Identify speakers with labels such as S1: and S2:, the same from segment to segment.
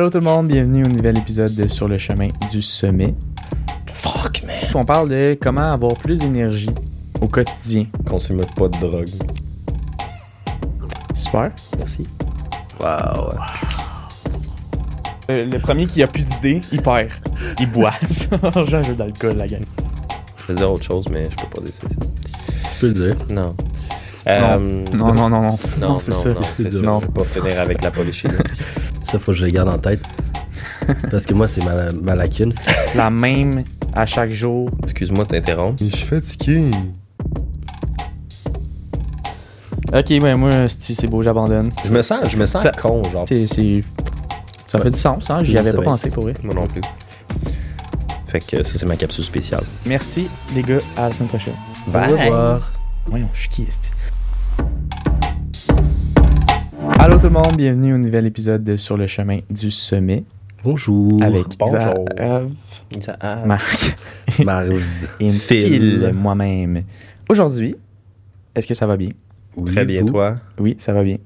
S1: Hello tout le monde, bienvenue au nouvel épisode de Sur le chemin du sommet.
S2: Fuck, man.
S1: On parle de comment avoir plus d'énergie au quotidien.
S2: Qu'on s'y mette pas de drogue.
S1: Super.
S2: Merci. Wow.
S1: Euh, Le premier qui a plus d'idées, il perd. Il boit. C'est un jeu d'alcool, la gang.
S2: Je faisais autre chose, mais je peux pas dire ça.
S3: Tu peux le dire.
S2: Non. Euh,
S1: Non, non, non, non.
S2: Non,
S1: Non, c'est ça.
S2: Non, c'est ça.
S1: Non.
S2: Je vais pas finir avec la polychine.
S3: Ça, faut que je le garde en tête. Parce que moi, c'est ma, ma lacune.
S1: La même à chaque jour.
S2: Excuse-moi de t'interrompre.
S4: Je suis fatigué.
S1: Ok, ben moi, c'est c'est beau, j'abandonne.
S2: Je me sens, je me sens
S1: Ça-
S2: con, genre.
S1: C'est. c'est- Ça fait du sens, hein? J'y
S3: Oui,
S1: avais pas
S3: c'est vrai.
S1: pensé pour vrai.
S2: Moi non plus. Fait que ça, c'est ma capsule spéciale.
S1: Merci, les gars. À la semaine prochaine.
S3: Au revoir.
S1: Voyons, je suis qui est Allô tout le monde, bienvenue au nouvel épisode de Sur le chemin du sommet
S3: Bonjour.
S1: avec
S2: bonjour.
S1: Zarav,
S2: Ah.
S1: Marc
S3: Mardi.
S1: et
S2: Phil.
S1: Phil, moi-même. Aujourd'hui, est-ce que ça va bien?
S3: Oui,
S2: Très bien,
S3: vous.
S2: toi.
S1: Oui, ça va bien.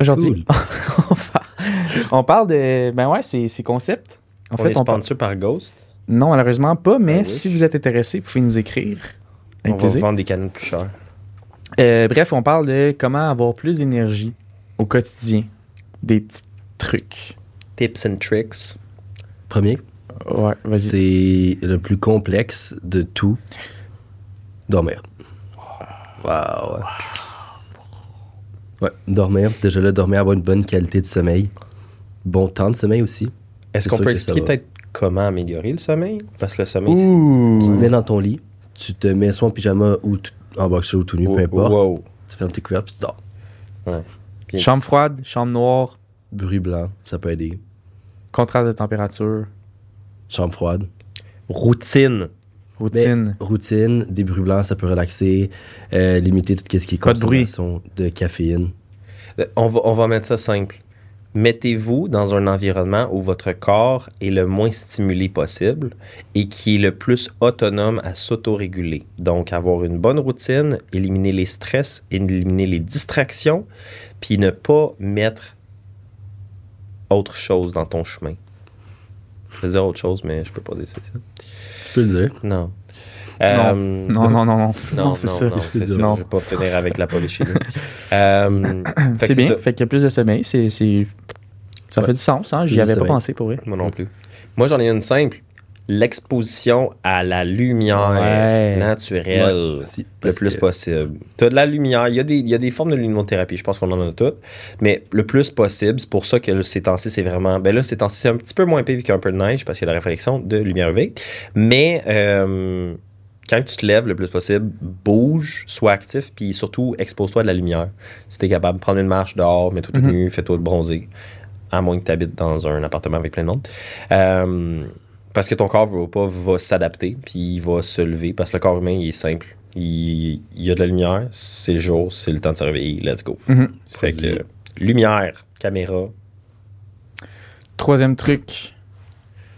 S1: Aujourd'hui, on, va- on parle de... Ben ouais, c'est c'est concept. En
S2: on
S1: fait,
S2: est
S1: on parle...
S2: sponsor par Ghost.
S1: Non, malheureusement pas, mais
S2: Ah oui.
S1: si vous êtes intéressé, vous pouvez nous écrire. Avec
S2: on
S1: plaisir.
S2: va vendre des canettes plus chères.
S1: Euh, bref, on parle de comment avoir plus d'énergie au quotidien. Des petits trucs.
S2: Tips and tricks.
S3: Premier,
S1: Ouais, vas-y.
S3: c'est le plus complexe de tout. Dormir.
S2: Wow.
S3: Ouais, dormir. Déjà là, dormir, avoir une bonne qualité de sommeil. Bon temps de sommeil aussi.
S2: Est-ce
S3: C'est
S2: qu'on
S3: sûr
S2: peut
S3: que ça
S2: expliquer
S3: va.
S2: peut-être comment améliorer le sommeil? Parce que le sommeil, c'est-
S1: Ouh!
S3: Tu te mets dans ton lit, tu te mets soit en pyjama ou tout- en boxer ou tout nu,
S2: Wow,
S3: peu importe.
S2: Oh, wow.
S3: Tu fermes tes couverts puis tu dors.
S1: Chambre froide, chambre noire,
S3: Bruit blanc, ça peut aider.
S1: contraste de température,
S3: Chambre froide.
S2: Routine.
S1: routine.
S3: Routine, des bruits blancs, ça peut relaxer, euh, limiter tout ce qui est
S1: Pas de bruit.
S3: consommation de caféine.
S2: Euh, On va, on va mettre ça simple. Mettez-vous dans un environnement où votre corps est le moins stimulé possible et qui est le plus autonome à s'autoréguler. Donc, avoir une bonne routine, éliminer les stress, éliminer les distractions, puis ne pas mettre autre chose dans ton chemin. Je veux dire autre chose, mais je peux pas dire ça.
S3: Tu peux le dire.
S2: Non. Euh,
S1: non, non, non, non.
S2: Non,
S1: Non, c'est ça.
S2: Non, c'est ça.
S1: Non.
S2: Je vais pas finir avec la polychine. Euh, fait que
S1: C'est bien.
S2: ça.
S1: Fait qu'il y a plus de sommeil. c'est- c'est- Ça
S3: Ouais.
S1: fait du sens, hein? J'y
S3: Plus de
S1: avais pas
S3: sommeil.
S1: pensé pour vrai.
S2: Moi non plus. Moi, j'en ai une simple. L'exposition à la lumière
S1: Ouais.
S2: naturelle.
S3: Merci.
S2: Le
S3: Parce
S2: plus
S3: que
S2: possible. Tu as de la lumière. Il y, a des, il y a des formes de luminothérapie. Je pense qu'on en a toutes. Mais le plus possible, c'est pour ça que ces temps-ci, c'est vraiment. Ben là, ces temps-ci, c'est un petit peu moins pire qu'un peu de neige parce qu'il y a la réflexion de lumière UV. Mais euh, quand tu te lèves le plus possible, bouge, sois actif, puis surtout, expose-toi à de la lumière. Si tu es capable, prends une marche dehors, mets-toi tout
S3: Mm-hmm.
S1: Mhm.
S2: nu, fais-toi bronzer. À moins que tu habites dans un appartement avec plein de monde. Euh, parce que ton corps veut pas va s'adapter, puis il va se lever, parce que le corps humain, il est simple. Il, il y a de la lumière, c'est le jour, c'est le temps de se réveiller, let's go.
S1: Mhm.
S2: Fait que, euh, lumière, caméra,
S1: Troisième truc,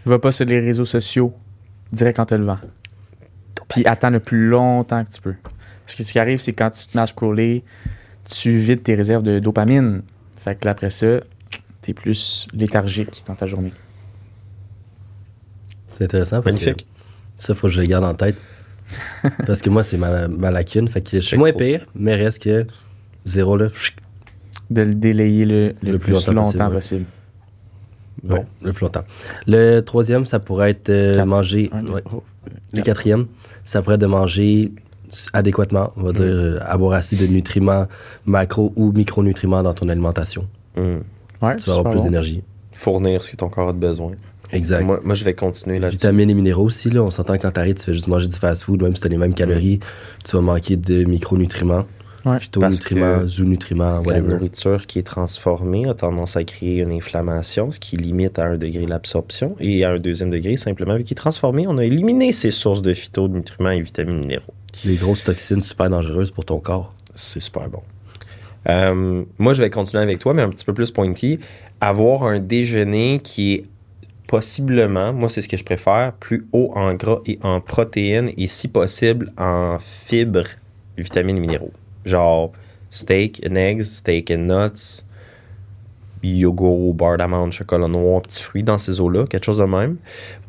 S1: va pas sur les réseaux sociaux direct en te levant. Puis attends le plus longtemps que tu peux. Parce que ce qui arrive, c'est quand tu te mets à scroller, tu vides tes réserves de dopamine. Fait que là, après ça, t'es plus léthargique dans ta journée.
S3: C'est intéressant parce
S2: Magnifique.
S3: que ça, faut que je le garde en tête. parce que moi, c'est ma, ma lacune. Fait que je suis
S2: Check
S3: moins
S2: trop.
S3: pire, mais reste que zéro là. chut,
S1: De le délayer le, le
S3: Le
S1: plus
S3: plus
S1: longtemps,
S3: longtemps possible, ouais.
S1: possible.
S3: Bon, le plus longtemps. Le troisième, ça pourrait être euh,
S1: Quatre.
S3: manger.
S1: Un, deux,
S3: ouais.
S1: trois.
S3: Le quatrième, ça pourrait être de manger adéquatement. On va
S2: Mm.
S3: dire euh, avoir assez de nutriments, macro ou micronutriments dans ton alimentation.
S2: hum,
S1: Ouais,
S3: Tu vas avoir plus
S1: d'énergie.
S3: d'énergie.
S2: fournir ce que ton corps a de besoin.
S3: Exact.
S2: Moi, moi, je vais continuer là-dessus.
S3: Vitamines et minéraux aussi, là, on s'entend quand t'arrives, tu fais juste manger du fast-food, même si t'as les mêmes calories, tu vas manquer de micronutriments,
S1: Ouais.
S3: phytonutriments,
S2: Parce que-
S3: zoonutriments,
S2: La
S3: whatever.
S2: nourriture qui est transformée a tendance à créer une inflammation, ce qui limite à un degré l'absorption et à un deuxième degré, simplement, vu qu'il est transformé, on a éliminé ces sources de phytonutriments et vitamines minéraux.
S3: Des grosses toxines super dangereuses pour ton corps.
S2: C'est super bon. Euh, moi, je vais continuer avec toi, mais un petit peu plus pointy. Avoir un déjeuner qui est possiblement, moi c'est ce que je préfère, plus haut en gras et en protéines et si possible en fibres, vitamines et minéraux. Genre steak and eggs, steak and nuts, yogourt, beurre d'amande, chocolat noir, petits fruits dans ces eaux-là, quelque chose de même.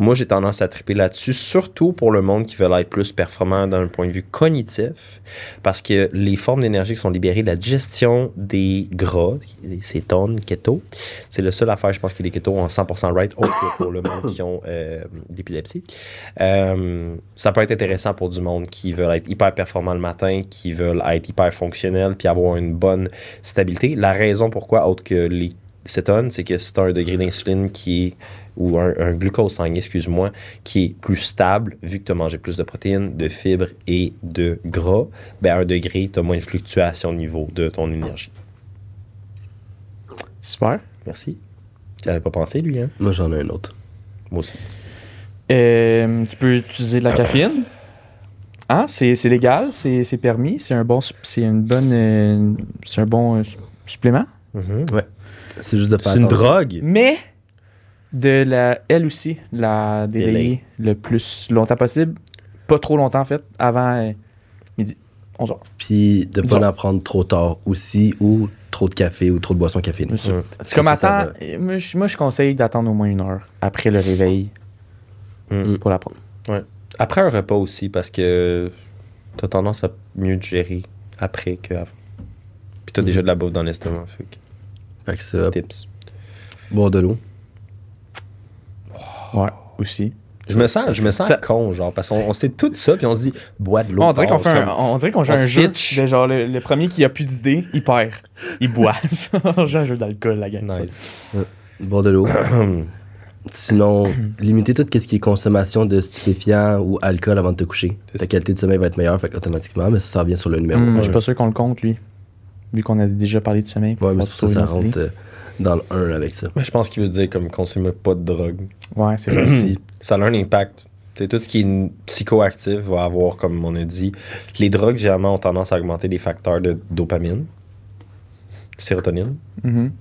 S2: Moi, j'ai tendance à triper là-dessus, surtout pour le monde qui veut être plus performant d'un point de vue cognitif, parce que les formes d'énergie qui sont libérées, la gestion des gras, les cétones, keto, c'est le seul affaire, je pense, que les keto ont 100% right, autre que pour le monde qui ont euh, d'épilepsie. Euh, ça peut être intéressant pour du monde qui veut être hyper performant le matin, qui veulent être hyper fonctionnel, puis avoir une bonne stabilité. La raison pourquoi, autre que les cétones, c'est que c'est un degré d'insuline qui est, ou un, un glucose sanguin, excuse-moi, qui est plus stable, vu que tu as mangé plus de protéines, de fibres et de gras, ben à un degré, tu as moins de fluctuations au niveau de ton énergie.
S1: Super.
S2: Merci. Tu n'avais pas pensé, lui, hein?
S3: Moi, j'en ai un autre.
S2: Moi aussi.
S1: Euh, tu peux utiliser de la caféine. Hein? C'est, c'est légal, c'est, c'est permis, c'est un bon, sup- c'est une bonne, euh, c'est un bon euh, su- supplément.
S2: Mm-hmm.
S3: C'est juste de faire
S2: C'est une
S3: attention.
S2: drogue.
S1: Mais de la, elle aussi, la délayer
S2: Délayer.
S1: le plus longtemps possible, pas trop longtemps en fait, avant euh, midi, 11h.
S3: Puis de
S1: Disons.
S3: pas en prendre trop tard aussi, ou trop de café, ou trop de boissons caféinées.
S1: C'est
S2: Hum.
S3: Parce que
S1: comme
S3: ça, ça
S1: attends, euh, moi, je- moi je conseille d'attendre au moins une heure après le réveil
S2: Mm.
S1: pour la prendre.
S2: Après un repas aussi, parce que t'as tendance à mieux digérer après qu'avant. Puis t'as déjà de la bouffe dans l'estomac. Fait que,
S3: Fait que ça,
S2: tips.
S3: boire de l'eau.
S1: Ouais, aussi.
S2: Je me sens, je me sens
S1: Ça-
S2: con, genre, parce qu'on on sait tout ça, puis on se dit, bois de l'eau.
S1: on dirait qu'on
S2: passe,
S1: fait un,
S2: comme-
S1: on dirait qu'on joue
S2: on
S1: un
S2: se
S1: jeu
S2: pitch.
S1: de genre le, le premier qui a plus d'idées, il perd. Il boit. on joue un jeu d'alcool, la gang.
S2: Nice.
S3: Boire de l'eau. Sinon, limiter tout ce qui est consommation de stupéfiants ou alcool avant de te coucher. Ta qualité de sommeil va être meilleure, fait automatiquement, mais ça, ça revient sur le numéro
S1: Hum,
S3: un.
S1: je suis pas sûr qu'on le compte, lui. Vu qu'on a déjà parlé de sommeil.
S3: Ouais, mais c'est pour ça que ça rentre
S1: Identité.
S3: euh, dans le 1 avec ça.
S2: Mais je pense qu'il veut dire, comme, consommez pas de drogue.
S1: Ouais, c'est vrai.
S3: Aussi,
S2: Ça a un impact. C'est tout ce qui est psychoactif va avoir, comme on a dit. Les drogues, généralement, ont tendance à augmenter les facteurs de dopamine, sérotonine.
S1: Mhm.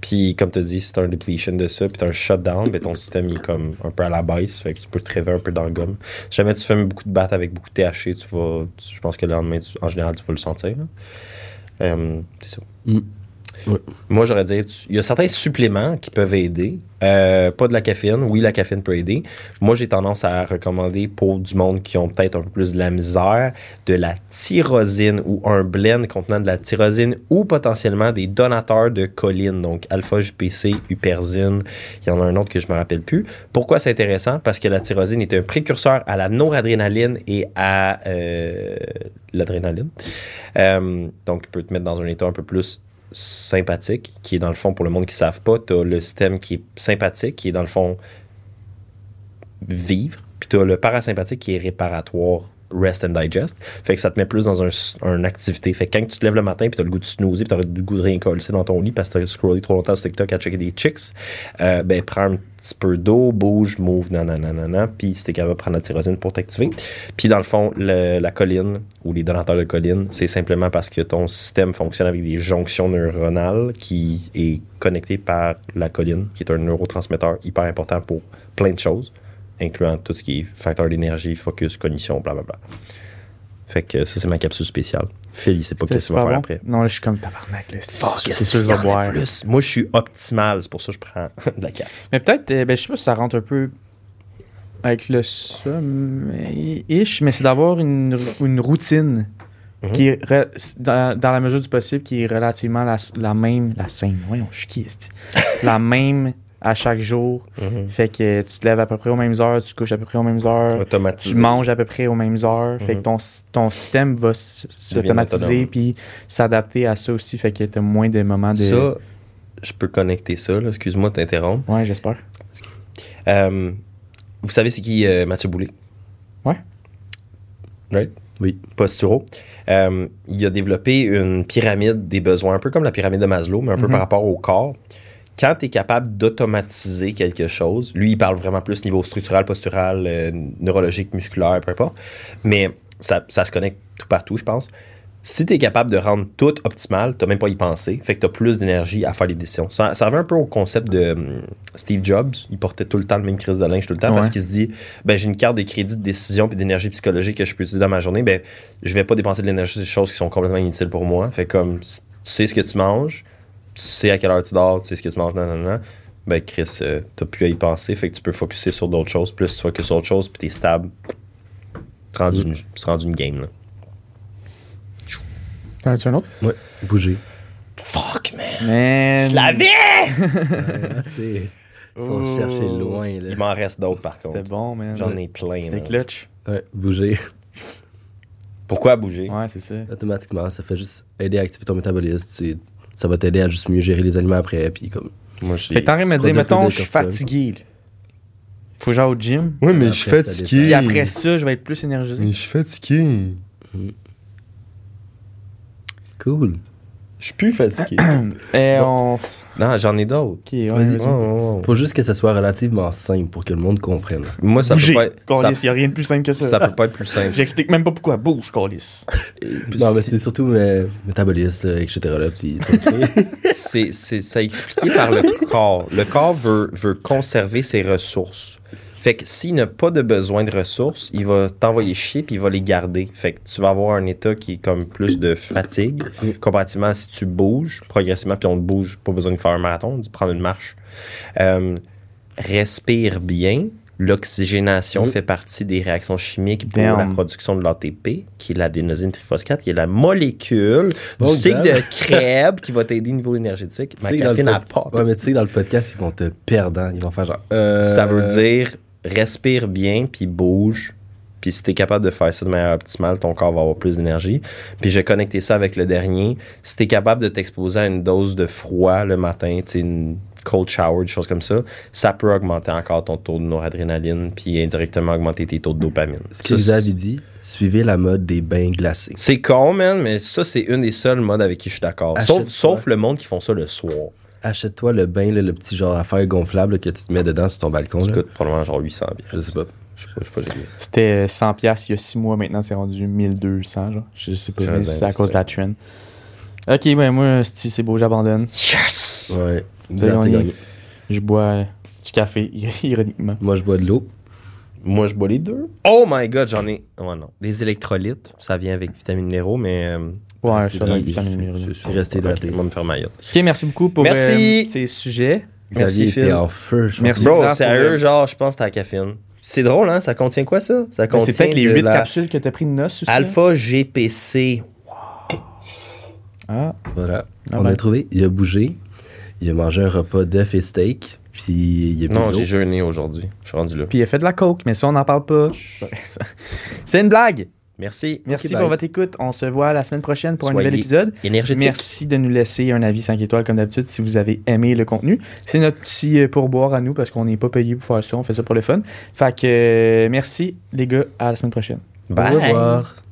S2: Puis, comme tu dis, si t'as un depletion de ça, puis t'as un shutdown, ben ton système il est comme un peu à la baisse, fait que tu peux te rêver un peu dans le gomme. Si jamais tu fumes beaucoup de battes avec beaucoup de THC, tu vas, tu- je pense que le lendemain, tu- en général, tu vas le sentir. hein. Euh, c'est ça.
S3: Mm. Ouais.
S2: Moi, j'aurais dit, tu- il y a certains suppléments qui peuvent aider. Euh, pas de la caféine. Oui, la caféine peut aider. Moi, j'ai tendance à recommander pour du monde qui ont peut-être un peu plus de la misère, de la tyrosine ou un blend contenant de la tyrosine ou potentiellement des donateurs de choline, donc alpha-GPC, huperzine. Il y en a un autre que je me rappelle plus. Pourquoi c'est intéressant? Parce que la tyrosine est un précurseur à la noradrénaline et à euh, l'adrénaline. Euh, donc, il peut te mettre dans un état un peu plus sympathique, qui est dans le fond, pour le monde qui ne savent pas, tu as le système qui est sympathique, qui est dans le fond vivre, puis tu as le parasympathique qui est réparatoire, rest and digest. Fait que ça te met plus dans un, une activité. Fait que quand tu te lèves le matin, puis tu as le goût de snoozer, puis tu le goût de rien coller dans ton lit parce que tu as scrollé trop longtemps sur TikTok à checker des chicks, euh, ben prends un petit peu d'eau, bouge, move, nanana, nanana, puis si t'es capable, prends la tyrosine pour t'activer. Puis dans le fond, le- la colline ou les donateurs de colline, c'est simplement parce que ton système fonctionne avec des jonctions neuronales qui est connecté par la colline, qui est un neurotransmetteur hyper important pour plein de choses, incluant tout ce qui est facteur d'énergie, focus, cognition, blablabla. Fait que ça, c'est ma capsule spéciale. Phil, il sait pas
S1: C'était
S2: qu'est-ce qu'il va
S1: super bon.
S2: faire après.
S1: Non, là, je suis comme tabarnak. là, C'est
S2: Fuck,
S1: c'est sûr Oh, que je vais
S2: qu'il y en a
S1: boire.
S2: plus? Moi, je suis optimal, c'est pour ça que je prends de la café.
S1: Mais peut-être, euh, ben, je sais pas si ça rentre un peu avec le sommeil-ish, mais c'est d'avoir une, une routine
S2: Mhm.
S1: qui est, re- dans, dans la mesure du possible, qui est relativement la, la même, la same, voyons, je suis qui, esti? la même à chaque jour.
S2: Mhm.
S1: Fait que tu te lèves à peu près aux mêmes heures, tu te couches à peu près aux mêmes heures,
S2: Automatisé.
S1: tu manges à peu près aux mêmes heures. Fait que
S2: Mhm.
S1: ton, s- ton système va s- s'automatiser
S2: autonome.
S1: puis s'adapter à ça aussi. Fait que tu as moins de moments de.
S2: Ça, je peux connecter ça, là. excuse-moi de t'interrompre.
S1: Ouais, j'espère.
S2: Euh, vous savez c'est qui euh, Mathieu Boulay?
S1: Ouais.
S2: Right?
S3: Oui.
S2: Posturo. Euh, il a développé une pyramide des besoins, un peu comme la pyramide de Maslow, mais un peu
S1: Mhm.
S2: par rapport au corps. Quand tu es capable d'automatiser quelque chose, lui, il parle vraiment plus niveau structural, postural, euh, neurologique, musculaire, peu importe, mais ça, ça se connecte tout partout, je pense. Si tu es capable de rendre tout optimal, tu même pas y pensé, fait que tu as plus d'énergie à faire les décisions. Ça, ça revient un peu au concept de hum, Steve Jobs. Il portait tout le temps le même crise de linge tout le temps parce
S1: Ouais.
S2: qu'il se dit ben, j'ai une carte de crédit de décision puis d'énergie psychologique que je peux utiliser dans ma journée. Ben, je vais pas dépenser de l'énergie sur des choses qui sont complètement inutiles pour moi. Fait comme si tu sais ce que tu manges, tu sais à quelle heure tu dors, tu sais ce que tu manges, nanana, ben Chris, euh, t'as plus à y penser, fait que tu peux focuser sur d'autres choses. Plus tu focuses sur autre chose, puis t'es stable. Tu rendu, une- t'es rendu une game, là.
S1: T'en as-tu un autre?
S3: Ouais, bouger.
S2: Fuck, man!
S1: Man.
S2: Je l'avais!
S3: Ouais, c'est- Ils sont
S1: Oh.
S3: cherchés loin, là.
S2: Il m'en reste d'autres, par
S1: C'était
S2: contre.
S1: bon, man.
S2: J'en ai plein,
S1: C'était
S2: là.
S1: clutch.
S3: Ouais, bouger.
S2: Pourquoi bouger?
S1: Ouais, c'est ça.
S3: Automatiquement, ça fait juste aider à activer ton métabolisme. tu- Ça va t'aider à juste mieux gérer les aliments après. Puis comme.
S2: Moi, j'ai...
S1: Fait que t'en rien de me
S3: Produire
S1: dire,
S3: plus
S1: mettons,
S3: de
S1: je suis
S3: cortisol.
S1: fatigué. là. Faut que j'aille au gym.
S4: Ouais, mais
S3: Après,
S4: je suis
S3: ça
S4: fatigué.
S1: Puis après ça, je vais être plus énergisé.
S4: Mais je suis fatigué.
S3: Cool.
S4: Je suis plus fatigué.
S1: Et Euh, on. Ok,
S2: Non, j'en ai d'autres.
S1: ouais,
S3: Vas-y.
S1: vas-y.
S2: Ouais, ouais, ouais.
S3: Faut juste que ça soit relativement simple pour que le monde comprenne.
S2: Moi, ça
S1: Bouger.
S2: peut pas être...
S1: Câlisse, y a rien de plus simple que
S2: Ça,
S1: ça.
S2: ça peut pas être plus simple.
S1: J'explique même pas pourquoi. Bouge, Colis.
S3: Non, mais c'est surtout euh, métabolisme, là, etc. Là, puis,
S2: c'est, c'est- ça expliqué par le corps. Le corps veut, veut conserver ses ressources. Fait que s'il n'a pas de besoin de ressources, il va t'envoyer chier puis il va les garder. Fait que tu vas avoir un état qui est comme plus de fatigue, comparativement à si tu bouges progressivement puis on te bouge, pas besoin de faire un marathon, de prendre une marche. Euh, respire bien. L'oxygénation
S3: Mm.
S2: fait partie des réactions chimiques pour
S1: Damn.
S2: la production de l'ATP, qui est l'adénosine triphosphate, qui est la molécule
S3: Bon,
S2: du cycle
S3: Dan.
S2: de Krebs qui va t'aider au niveau énergétique.
S3: Tu
S2: Ma
S3: sais que dans le
S2: caféine à
S3: pod-
S2: part.
S3: Ouais, mais tu sais, dans le podcast, ils vont te perdre. hein. Ils vont faire genre. euh,
S2: Ça veut dire respire bien, puis bouge. Puis si t'es capable de faire ça de manière optimale, ton corps va avoir plus d'énergie. Puis j'ai connecté ça avec le dernier. Si t'es capable de t'exposer à une dose de froid le matin, tu sais, une cold shower, des choses comme ça, ça peut augmenter encore ton taux de noradrénaline, puis indirectement augmenter tes taux de dopamine.
S3: Ce que
S2: Ça,
S3: vous avez dit, suivez la mode des bains glacés.
S2: c'est con, man, mais ça, c'est une des seules modes avec qui je suis d'accord. Sauf,
S3: Achète-toi.
S2: sauf le monde qui font ça le soir.
S3: Achète-toi le bain, là, le petit genre affaire gonflable là, que tu te mets dedans sur ton balcon.
S2: Ça
S3: là.
S2: coûte probablement genre 800 piastres.
S3: Je sais pas.
S2: Je sais pas, je sais pas, j'ai-
S1: C'était 100$ piastres il y a 6 mois, maintenant c'est rendu 1200$. Genre. Je sais pas,
S2: Je
S1: mais
S2: vais
S1: c'est à
S2: investir.
S1: cause de la trend. Ok, ben moi, si c'est beau, j'abandonne.
S2: Yes!
S3: Ouais.
S1: T'as
S3: Zéro, t'as
S1: gagné.
S3: gagné.
S1: Je bois euh, du café, ironiquement.
S3: Moi, je bois de l'eau.
S2: Moi, je bois les deux. Oh my god, j'en ai. Ouais, non. Des électrolytes, ça vient avec vitamines minéraux, mais. euh,
S1: Ouais,
S2: ah,
S1: un
S2: c'est
S1: shot
S2: des-
S1: avec vitamines
S2: c'est-
S1: minéraux.
S2: c'est- c'est-
S3: Restez
S2: ok,
S3: hydraté.
S2: on va me faire maillot.
S1: Ok, merci beaucoup pour
S2: Merci.
S1: euh, ces sujets.
S3: Xavier
S2: Merci,
S3: était
S2: Phil.
S3: en feu. je
S1: Merci.
S3: pense.
S1: Bizarre
S2: Bro,
S1: pour
S2: sérieux,
S1: elle.
S2: genre, je pense que t'as la caféine. C'est drôle, hein? Ça contient quoi, ça? Ça
S1: Ben,
S2: contient.
S1: C'est peut-être les
S2: de
S1: 8
S2: la-
S1: capsules que t'as pris de noces aussi.
S2: Alpha GPC.
S1: Ah,
S3: Voilà.
S1: Ah
S3: On
S1: ben.
S3: a trouvé. Il a bougé. Il a mangé un repas d'œufs et steak. Puis il a bu
S2: Non,
S3: de l'eau.
S2: j'ai jeûné aujourd'hui. Je suis rendu là.
S1: puis il a fait de la coke, mais ça on n'en parle pas. C'est une blague.
S2: Merci.
S1: Merci
S2: Ok, bye.
S1: pour votre écoute. On se voit la semaine prochaine pour
S2: Soyez
S1: un nouvel épisode.
S2: énergétique.
S1: Merci de nous laisser un avis 5 étoiles comme d'habitude si vous avez aimé le contenu. C'est notre petit euh, pourboire à nous parce qu'on n'est pas payé pour faire ça, on fait ça pour le fun. Fait que euh, merci les gars, à la semaine prochaine.
S3: Au
S2: Bye.
S3: revoir.